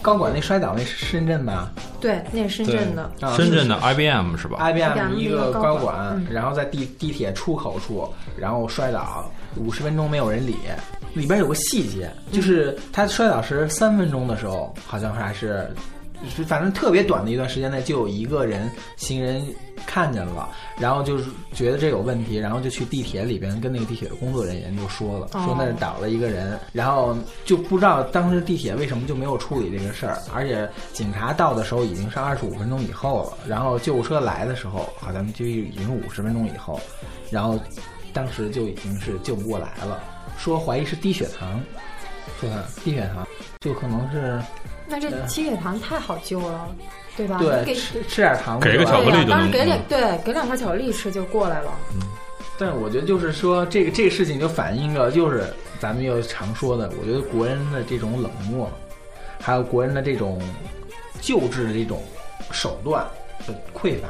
钢管那摔倒那是深圳吧对，那是深圳的，啊深圳的 IBM 是啊吧？ ？IBM 一一个个钢钢管嗯管，然后在地地铁出口处，然后摔倒，五十分钟没有人理。里边有个细节，嗯就是他摔倒时三分钟的时候，好像还是，就是反正特别短的一段时间内，就有一个人行人看见了，然后就是觉得这有问题，然后就去地铁里边跟那个地铁的工作人员就说哦了，说那儿倒了一个人，然后就不知道当时地铁为什么就没有处理这个事儿，而且警察到的时候已经是二十五分钟以后了，然后救护车来的时候好像就已经五十分钟以后，然后当时就已经是救不过来了，说怀疑是低血糖，说他低血糖就可能是那这低血糖太好救了，对吧？对啊给吃吃点糖给对个吧巧克对力呀、就能当时给点对，给两块巧克力吃就过来了。但是我觉得就是说，这个这个事情就反映了，就是咱们又常说的，我觉得国人的这种冷漠，还有国人的这种救治的这种手段的匮乏。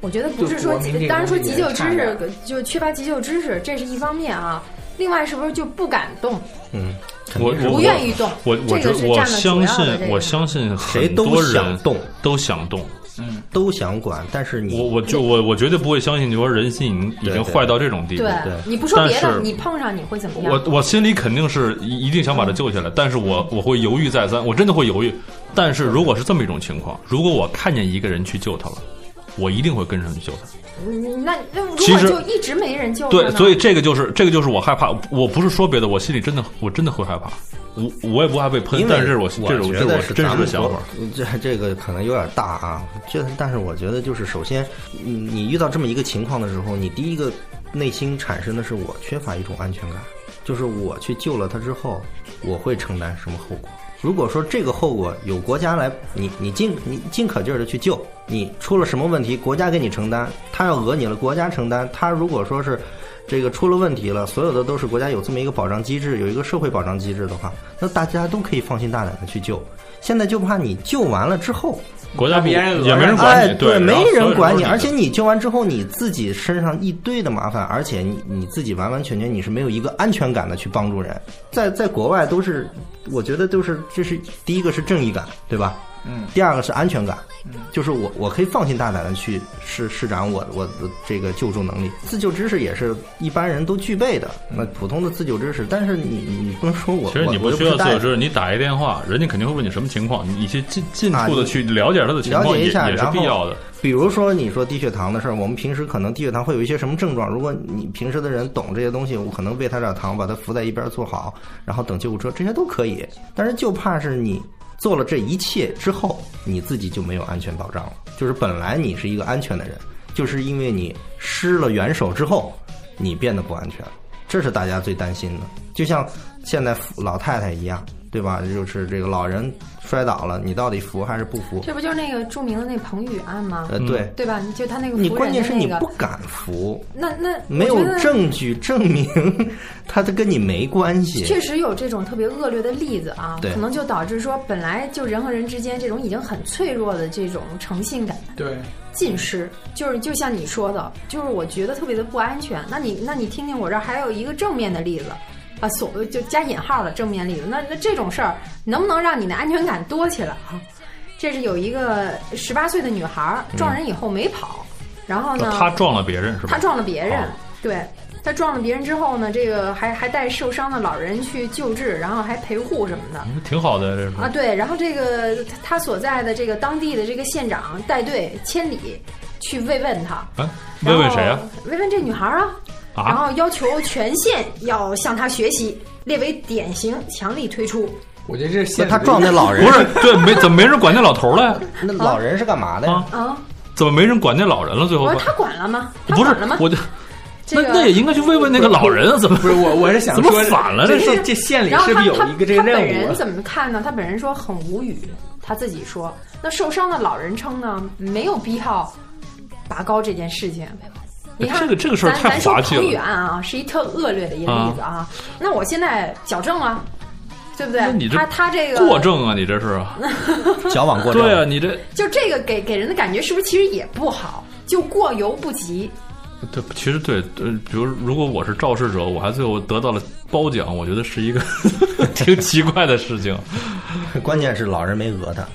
我觉得不是说就国民这，个当然说东西急救知也识差点就缺乏急救知识，这是一方面啊。另外是不是就不敢动，嗯，我肯定是我不愿意动？我我这觉个是我占了主相要信的这个我相信谁很都多想人动，都想动。嗯，都想管，但是你我我就我我绝对不会相信，你说人心已经已对对经坏到这种地步。对对你不说别但的，是你碰上你会怎么样？我我心里肯定是一一定想把他救起来，但是我我会犹豫再三，我真的会犹豫。但是如果是这么一种情况，如果我看见一个人去救他了，我一定会跟上去救他。嗯那那如其果实就一直没人救他对，呢所以这个就是这个就是我害怕，我不是说别的，我心里真的我真的会害怕，我我也不怕被喷因，为但是我我这种这觉是得我是真实咱的们想法国。。这这个可能有点大啊，这但是我觉得就是首先，你你遇到这么一个情况的时候，你第一个内心产生的是我缺乏一种安全感，就是我去救了他之后，我会承担什么后果。如果说这个后果有国家来，你你尽你尽可劲儿的去救，你出了什么问题，国家给你承担，他要讹你了，国家承担。他如果说是这个出了问题了，所有的都是国家有这么一个保障机制，有一个社会保障机制的话，那大家都可以放心大胆的去救。现在就怕你救完了之后，国家不别人讹也没人人管哎，你，对，然没后所有人管都你，是而且你救完之后，你自己身上一堆的麻烦，而且你你自己完完全全你是没有一个安全感的去帮助人，在在国外都是，我觉得都是这是第一个是正义感，对吧？嗯，第二个是安全感，就是我我可以放心大胆的去施施展我我的这个救助能力，自救知识也是一般人都具备的，那普通的自救知识，但是你你不能说我其实你我我又需要是大自夫由知识，你打一电话，人家肯定会问你什么情况，你去近近啊处的你去了解他的情了况解也一下，也是然后必要的。比如说你说低血糖的事儿，我们平时可能低血糖会有一些什么症状，如果你平时的人懂这些东西，我可能喂他点糖，把他扶在一边坐好，然后等救护车，这些都可以。但是就怕是你做了这一切之后，你自己就没有安全保障了。就是本来你是一个安全的人，就是因为你失了援手之后，你变得不安全了。这是大家最担心的。就像现在扶老太太一样，对吧？就是这个老人摔倒了，你到底扶还是不扶？这不就是那个著名的那彭宇案吗？呃，对，对吧？你就他那个你扶关键人是的你那个不，敢扶， 那那没我有觉得证据证明 他的跟你没关系。确实有这种特别恶劣的例子啊，对可能就导致说本来就人和人之间这种已经很脆弱的这种诚信感对，尽失，就是就像你说的，就是我觉得特别的不安全。那你那你听听我这儿还有一个正面的例子。啊，所谓就加引号的正面例子，那那这种事儿能不能让你的安全感多起来啊？这是有一个十八岁的女孩儿撞人以后没跑，然后呢，他撞了别人是吧？他撞了别人哦，对他撞了别人之后呢，这个还还带受伤的老人去救治，然后还陪护什么的。嗯挺好的，这啊，是对，然后这个他所在的这个当地的这个县长带队千里去慰问他，哎，问问谁啊？？慰问这女孩啊，啊然后要求全县要向她学习，列为典型，强力推出。我觉得这是那现他撞那老人不，是，对，没怎么没人管那老头了呀？那老人是干嘛的呀啊？啊，怎么没人管那老人了？最后我说他管了吗？他不是管了吗？我就这那个那也应该去问问那个老人啊怎么不是我，我是想怎么说反了这这这这县里然后是不他是有他一个这个他本任务人啊？怎么看呢？他本人说很无语，他自己说。那受伤的老人称呢，没有必要拔高这件事情。你看哎这个这个事儿咱太咱说滑稽了彭宇案啊，是一特恶劣的一个例子啊。那我现在矫正了，对不对那你？这他他这个过正啊？你这是啊？矫枉过正。对啊，，你这就这个给给人的感觉是不是其实也不好？就过犹不及，对，其实对，呃，比如如果我是肇事者，我还最后得到了褒奖，我觉得是一个 挺奇怪的事情。关键是老人没讹他，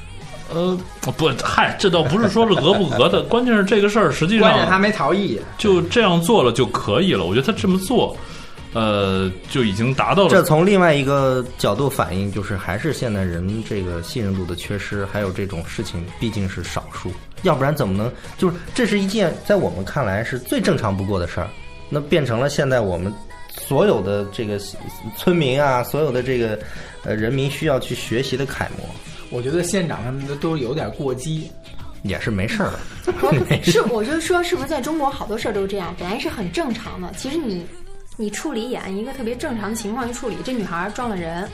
呃，不，嗨，这倒不是说是讹不讹的，关键是这个事儿实际关键他上没逃逸，就这样做了就可以了。我觉得他这么做，呃，就已经达到这了。从另外一个角度反映，就是还是现代人这个信任度的缺失，还有这种事情毕竟是少数，要不然怎么能就是这是一件在我们看来是最正常不过的事儿，那变成了现在我们所有的这个村民啊，所有的这个呃人民需要去学习的楷模，我觉得县长他们都都有点过激。也是没事儿的。不 是，我就说是不是在中国好多事儿都这样，本来是很正常的。其实你，你处理也按一个特别正常的情况去处理。这女孩儿撞了人，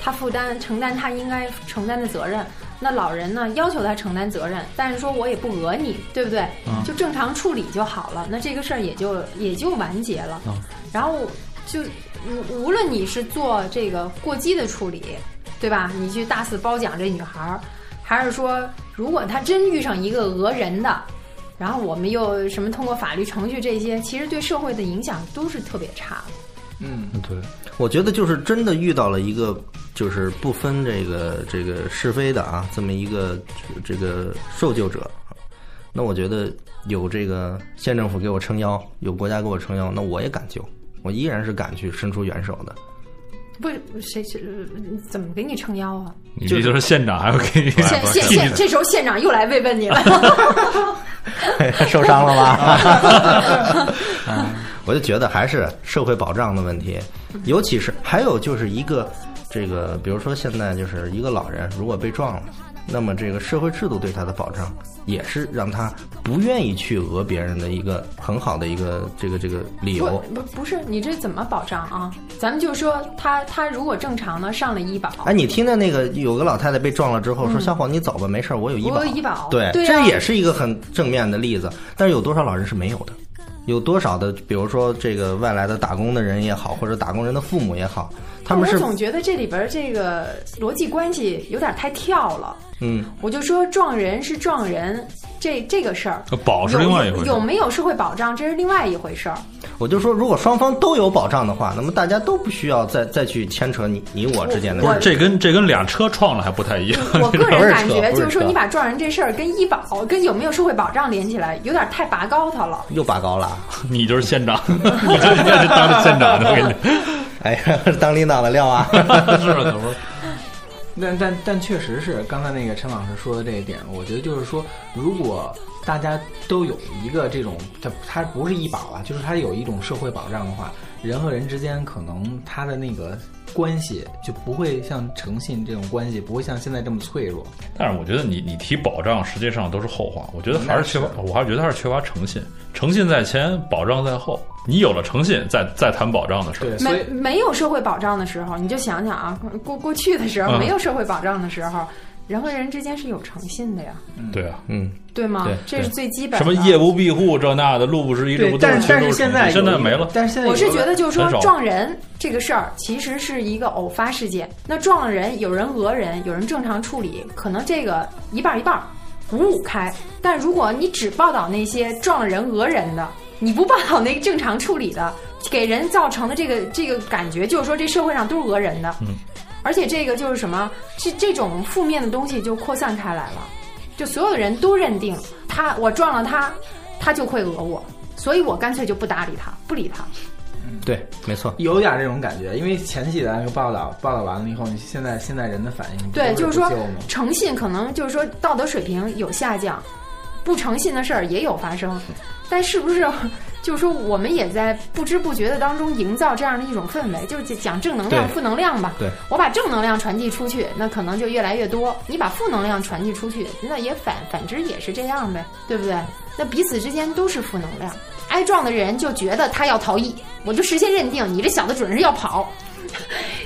她负担承担她应该承担的责任。那老人呢，要求她承担责任，但是说我也不讹你，对不对？就正常处理就好了。那这个事儿也就也就完结了。嗯然后就无无论你是做这个过激的处理，对吧？你去大肆褒奖这女孩儿，还是说，如果她真遇上一个讹人的，然后我们又什么通过法律程序这些，其实对社会的影响都是特别差的。嗯，对，我觉得就是真的遇到了一个就是不分这个这个是非的啊，这么一个这个受救者，那我觉得有这个县政府给我撑腰，有国家给我撑腰，那我也敢救，我依然是敢去伸出援手的。不是谁谁呃怎么给你撑腰啊？你这就是县长还要给你县县县，这时候县长又来慰问你哎了。 受伤了吧？ 嗯我就觉得还是社会保障的问题，尤其是还有就是一个这个，比如说现在就是一个老人如果被撞了，那么这个社会制度对他的保障也是让他不愿意去讹别人的一个很好的一个这个这个理由。不不不是你这怎么保障啊？咱们就说他他如果正常的上了医保，哎，你听到那个有个老太太被撞了之后说：“小伙，你走吧，没事儿，我有医保。嗯我有”医保，对，对这啊也是一个很正面的例子。但是有多少老人是没有的？有多少的，比如说这个外来的打工的人也好，或者打工人的父母也好，他们我是总觉得这里边儿这个逻辑关系有点太跳了。嗯，我就说撞人是撞人，这这个事儿保是有另外一回事有。没有社会保障，这是另外一回 事儿。我就说，如果双方都有保障的话，那么大家都不需要再再去牵扯你你我之间的不是事。这跟这跟俩车撞了还不太一样。我个人感觉不是车就是不是说，车你把撞人这事儿跟医保、跟有没有社会保障连起来，有点太拔高它了。又拔高了，啊你就是县长， 你就你就是当着县长的，我跟你哎呀，当领导的料啊！是吧？可不是。但但但确实是刚才那个陈老师说的这一点，我觉得就是说，如果大家都有一个这种，它它不是医保啊，就是它有一种社会保障的话，人和人之间可能他的那个关系就不会像诚信这种关系，不会像现在这么脆弱。但是我觉得你你提保障，实际上都是后话。我觉得还是缺乏，我还是觉得还是缺乏诚信。诚信在前，保障在后。你有了诚信，再再谈保障的事儿。对，所以没没有社会保障的时候，你就想想啊，过过去的时候、嗯没有社会保障的时候，人和人之间是有诚信的呀，对啊，嗯，对吗？对这是最基本什的。么夜不闭户这那的，路不拾遗，这对不，都但是是但都是是现在现在有一没了。但是现在我是觉得得，就是说很少撞人这个事儿，其实是一个偶发事件。那撞了人，有人讹人，有人正常处理，可能这个一半儿一半儿，五五开。但如果你只报道那些撞人讹人的，你不报道那个正常处理的， 给人造成的这个这个感觉，就是说这社会上都是讹人的。嗯。而且这个就是什么，这这种负面的东西就扩散开来了，就所有的人都认定他我撞了他，他就会讹我，所以我干脆就不搭理他，不理他。对，没错。有点这种感觉，因为前几的那个报道报道完了以后，你现在现在人的反应对，就就是说不救吗诚信可能就是说道德水平有下降，不诚信的事儿也有发生，但是不是就是说我们也在不知不觉的当中营造这样的一种氛围，就是讲正能量、对负能量吧。对，我把正能量传递出去，那可能就越来越多；你把负能量传递出去，那也反反之也是这样呗，对不对？那彼此之间都是负能量，挨撞的人就觉得他要逃逸，我就事先认定你这小子准是要跑。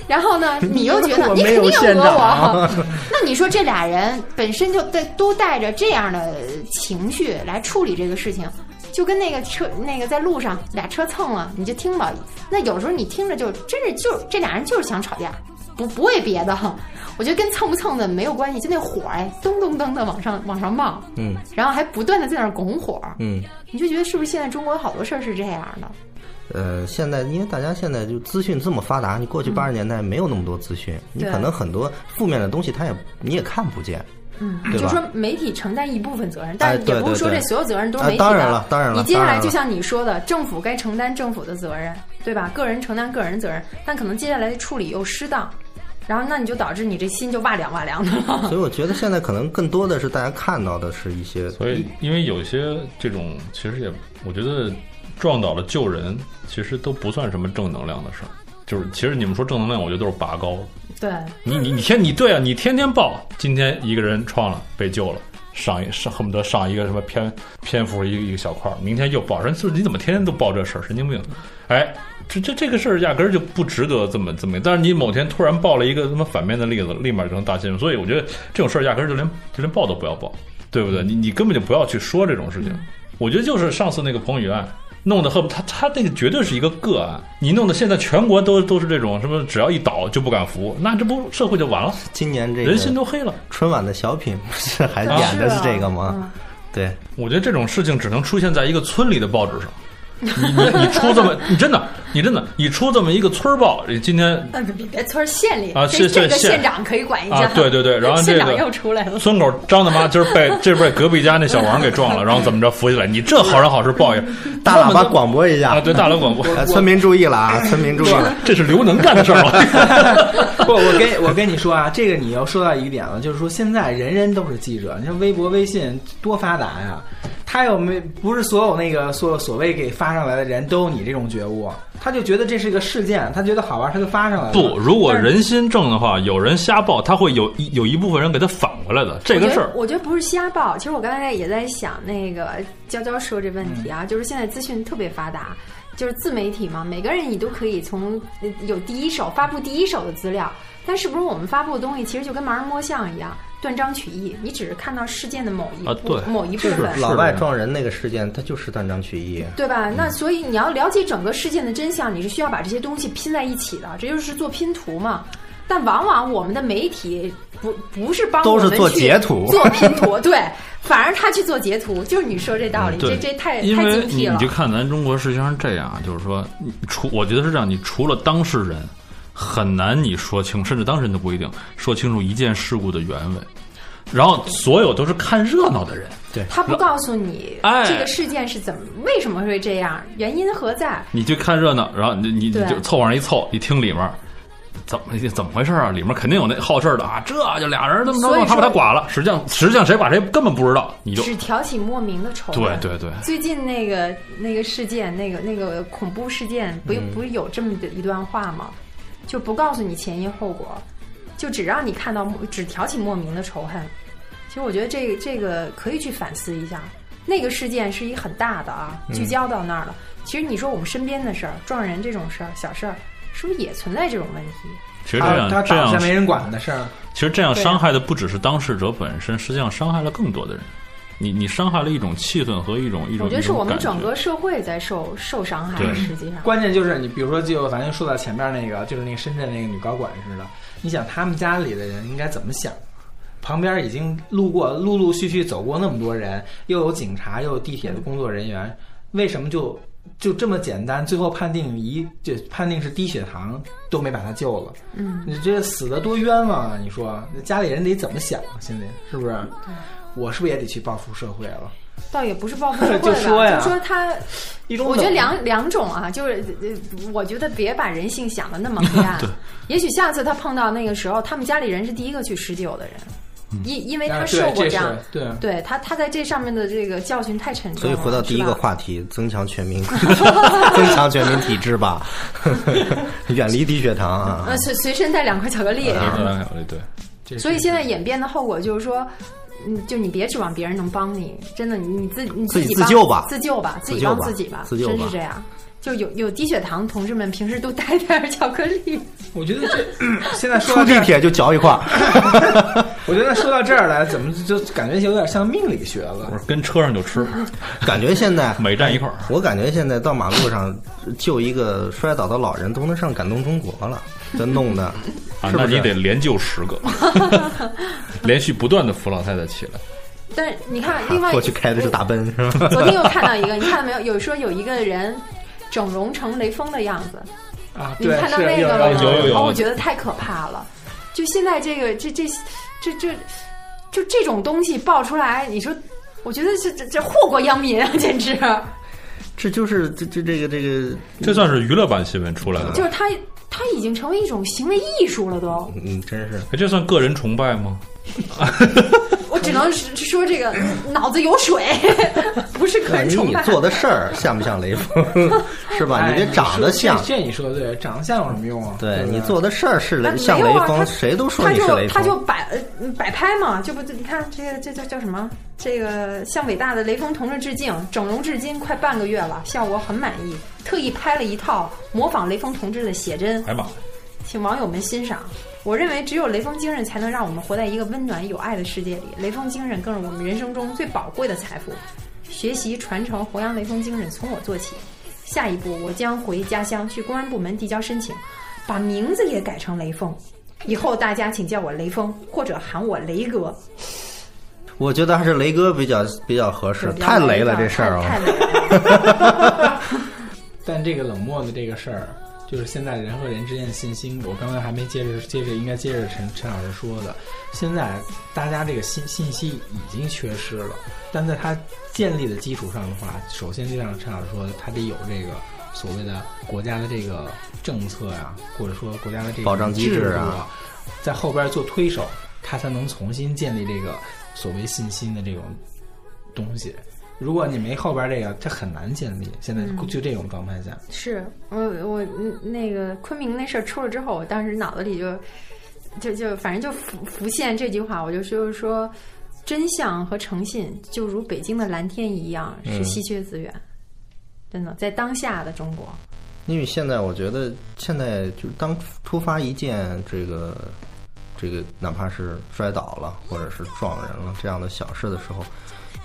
然后 呢，你又觉得哎我你没肯定有要县讹长我啊， 那你说这俩人本身就带都带着这样的情绪来处理这个事情，就跟那个车那个在路上俩车蹭了，你就听吧。那有时候你听着就真是就这俩人就是想吵架，不不为别的， 我觉得跟蹭不蹭的没有关系，就那火哎，噔噔噔的往上往上冒，嗯然后还不断的在那儿拱火，嗯，你就觉得是不是现在中国有好多事儿是这样的？呃，现在因为大家现在就资讯这么发达，你过去八十年代没有那么多资讯，你对可能很多负面的东西他也你也看不见，嗯，对就吧说媒体承担一部分责任，哎但对也不对是说对这所有责任都是啊媒体的。当然了当然了你接下当然来了就像你说的，政府该承担政府的责任，对吧？个人承担个人责任，但可能接下来的处理又失当，然后那你就导致你这心就哇凉哇凉的了。 所以我觉得现在可能更多的是大家看到的是一些，所以，因为有些这种，其实也，我觉得撞倒了救人，其实都不算什么正能量的事儿。就是，其实你们说正能量，我觉得都是拔高。对，哎你你你天，你对啊，你天天报，今天一个人撞了，被救了。上一上恨不得上一个什么篇篇幅一个一个小块儿，明天又报，人就是你怎么天天都报这事儿，神经病！哎，这这这个事儿压根儿就不值得这么这么。但是你某天突然报了一个他妈反面的例子，立马就成大新闻。所以我觉得这种事儿压根儿就连就连报都不要报，对不对？你你根本就不要去说这种事情。我觉得就是上次那个彭宇案。弄得恨不他他那个绝对是一个个案，你弄得现在全国都都是这种什么，只要一倒就不敢服，那这不社会就完了，今年这人心个都黑了。春晚的小品不是还啊演的是这个是吗啊？对，我觉得这种事情只能出现在一个村里的报纸上。你你你出这么，你真的你真的你出这么一个村儿报，今天呃，别别村儿县里，啊这县这个县县长可以管一下。啊，对 对对，然后这县长又个出来了。村口张大妈今儿被这被隔壁家那小王给撞了，然后怎么着扶起来？你这好人好事报应， 大喇叭广播一啊，下，对大老广播， 哎村民注意了啊，村民注意 了。这是刘能干的事儿吗？ 不，我跟我跟你说啊，这个你要说到一个点了，就是说现在人人都是记者，你说微博、微信多发达呀，他又没不是所有那个所所谓给发上来的人都有你这种觉悟，他就觉得这是一个事件，他觉得好玩，他就发上来了。不，如果人心正的话，有人瞎报，他会有一有一部分人给他反过来的。这个事儿，我觉得，我觉得不是瞎报。其实我刚才也在想，那个娇娇说这问题嗯啊，就是现在资讯特别发达，就是自媒体嘛，每个人你都可以从呃有第一手发布第一手的资料。但是不是我们发布的东西，其实就跟盲人摸象一样，断章取义？你只是看到事件的某一啊部、对某一部是分是，老外撞人那个事件，它就是断章取义。对吧？那所以你要了解整个事件的真相，你是需要把这些东西拼在一起的，这就是做拼图嘛。但往往我们的媒体不不是帮都是我们做去截图做拼图， 对，反而他去做截图，就是你说这道理，嗯这对这太太因为精你辟了你就。看咱中国实际上是这样啊，就是说，你除我觉得是这样，你除了当事人，很难你说清，甚至当事人都不一定说清楚一件事物的原委。然后所有都是看热闹的人，他不告诉你哎这个事件是怎么为什么会这样，原因何在？你去看热闹，然后你你你对就凑往上一凑，一听里面儿怎么怎么回事啊？里面肯定有那好事儿的啊，这就俩人这么所以着，他把说他剐了，实际上实际上谁把谁根本不知道，你就只挑起莫名的仇对恨。对对，最近那个那个事件，那个那个恐怖事件，不不是有这么的一段话吗？就不告诉你前因后果，就只让你看到，只挑起莫名的仇恨。其实我觉得这个这个可以去反思一下。那个事件是一很大的啊，聚焦到那儿了。其实你说我们身边的事儿，撞人这种事儿、小事儿，是不是也存在这种问题？其实这他样啊他这倒样下没人管的事儿，其实这样对啊伤害的不只是当事者本身，实际上伤害了更多的人。你你伤害了一种气氛和一种一种，我觉得一是种我们感觉整个社会在受受伤害对，实际上。关键就是你，比如说，就咱就说到前面那个，就是那个深圳那个女高管似的，你想他们家里的人应该怎么想？旁边已经路过，陆陆续续走过那么多人，又有警察，又有地铁的工作人员，为什么就就这么简单？最后判定一就判定是低血糖，都没把他救了。嗯，你这死的多冤枉啊！你说那家里人得怎么想啊？心里是不是？嗯我是不是也得去报复社会了？倒也不是报复社会就吧，说呀就说他一，种我觉得冷两两种啊，就是呃我觉得别把人性想的那么黑暗。 也许下次他碰到那个时候，他们家里人是第一个去施救的人，嗯因因为啊他对受过这这样，是对对他他在这上面的这个教训太沉重所了。以回到第一嗯是个吧，话题，增强全民， 增强全民体质吧， 远离低血糖啊呃，。随随身带两块巧克力。嗯对对，这所以是现在演变的后果就是说，嗯，就你别指望别人能帮你，真的，你你自你自己己自帮救吧自救吧，自己自救帮吧自己吧，自救吧真是这样。就有有低血糖同志们平时都带点儿 巧克力，我觉得 这现在说出到这地儿铁就嚼一块儿，我觉得说到这儿来，怎么就感觉有点像命理学我了？说跟车上 就吃，感觉现在，每站一块儿。我感觉现在 到马路上救一个摔倒的老人，都能上感动中国了，这弄的啊，是不那是你得连救十个， 连续不断的扶老太太起来。但是你看，另外 过去开的是大奔，是 吧？ 昨天又看到一个，你看到没有？有说有一个人整容成雷锋的样子，啊，你对，看到是啊那有个了吗？有有有哦，我觉得太可怕了。就现在这个这这这这就这种东西爆出来，你说，我觉得是这这祸国殃民啊，简 直！这就是这这这个这个，这算是娱乐版新闻出来的吧就是他他已经成为一种行为艺术了都。嗯，真 是哎这算个人崇拜吗？我只能是说 这个脑子有水， 不是个等人于崇你拜。做的事儿像不像雷锋， 是吧？哎你这长得你，像说这这你说的对，长得像有什么用啊？对不你做的事儿是那雷像没雷有啊锋，他谁都说他你是就雷他就锋。摆呃摆拍嘛，这不就你看这个这叫叫什么？这个向伟大的雷锋同志致敬，整容至今快半个月了，效果很满意，特意拍了一套模仿雷锋同志的写真，哎呀妈，请网友们欣赏。我认为只有雷锋精神才能让我们活在一个温暖有爱的世界里，雷锋精神更是我们人生中最宝贵的财富。学习传承弘扬雷锋精神，从我做起。下一步，我将回家乡去公安部门递交申请，把名字也改成雷锋。以后大家请叫我雷锋，或者喊我雷哥。我觉得还是雷哥比较比较合适，比较太雷雷了吧这事儿太太啊！雷了。但这个冷漠的这个事儿，就是现在人和人之间的信心，我刚才还没接着接着，应该接着陈陈老师说的，现在大家这个信信息已经缺失了，但在它建立的基础上的话，首先就像陈老师说的，它得有这个所谓的国家的这个政策呀、或者说国家的这个保障机制啊制度啊，在后边做推手，它才能重新建立这个所谓信心的这种东西。如果你没后边这个，它很难建立。现在就这种状态下，是我我嗯那个昆明那事儿出了之后，我当时脑子里就就就反正就浮浮现这句话，我就就是说，真相和诚信就如北京的蓝天一样，嗯是稀缺资源。真的，在当下的中国，因为现在我觉得，现在就是当突发一件这个这个，哪怕是摔倒了或者是撞人了这样的小事的时候，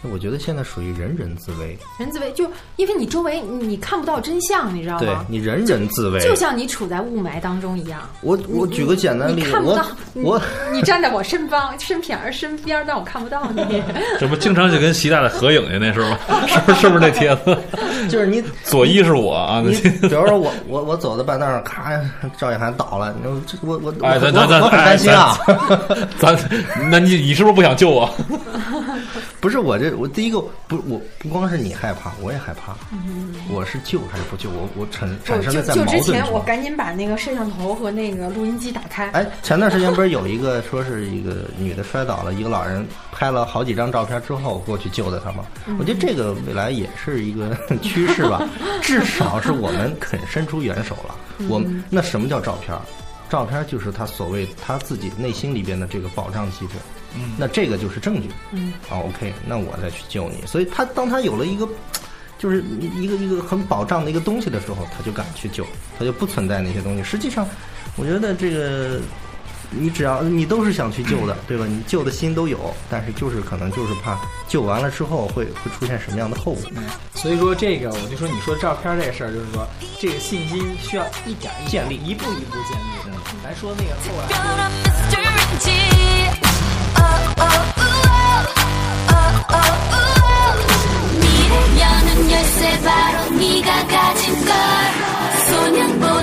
我觉得现在属于人人自危，人自危，就因为你周围你你看不到真相，你知道对吗？你人人自危。啊就像你处在雾霾当中一样。我我举个简单你例子，看不我到， 我你站在我身帮身边儿身边儿，但我看不到 你。这不经常就跟习大大合影去那是吧？ 是不是是不是那帖子？ 就是 你左一是我啊，你比如说我我我走到半道上，咔，赵雅涵倒了，你说这我我我哎咱咱咱我我很担心啊！咱那你你是不是不想救我？不是我这我第一个不我不光是你害怕，我也害怕，我是救还是不救？我我产我产嗯生就了在就之矛盾前，我中。赶紧把那个摄像头和那个录音机打开。哎，前段时间不是有一个说是一个女的摔倒了，一个老人拍了好几张照片之后过去救的她吗？我觉得这个未来也是一个 趋势吧，至少是我们肯伸出援手了。我们那什么叫照片儿？照片儿就是他所谓他自己内心里边的这个保障机制。嗯，那这个就是证据。嗯，啊，OK，那我再去救你。所以他当他有了一个。就是一个一个很保障的一个东西的时候，他就敢去救，他就不存在那些东西。实际上，我觉得这个你只要你都是想去救的，对吧？你救的心都有，但是就是可能就是怕救完了之后会会出现什么样的后果。所以说这个，我就说你说照片这事儿，就是说这个信心需要一点一建立，一步一步建立。咱说那个后来。Oh, 미래여는 열쇠 바로 네가 가진 걸 소년보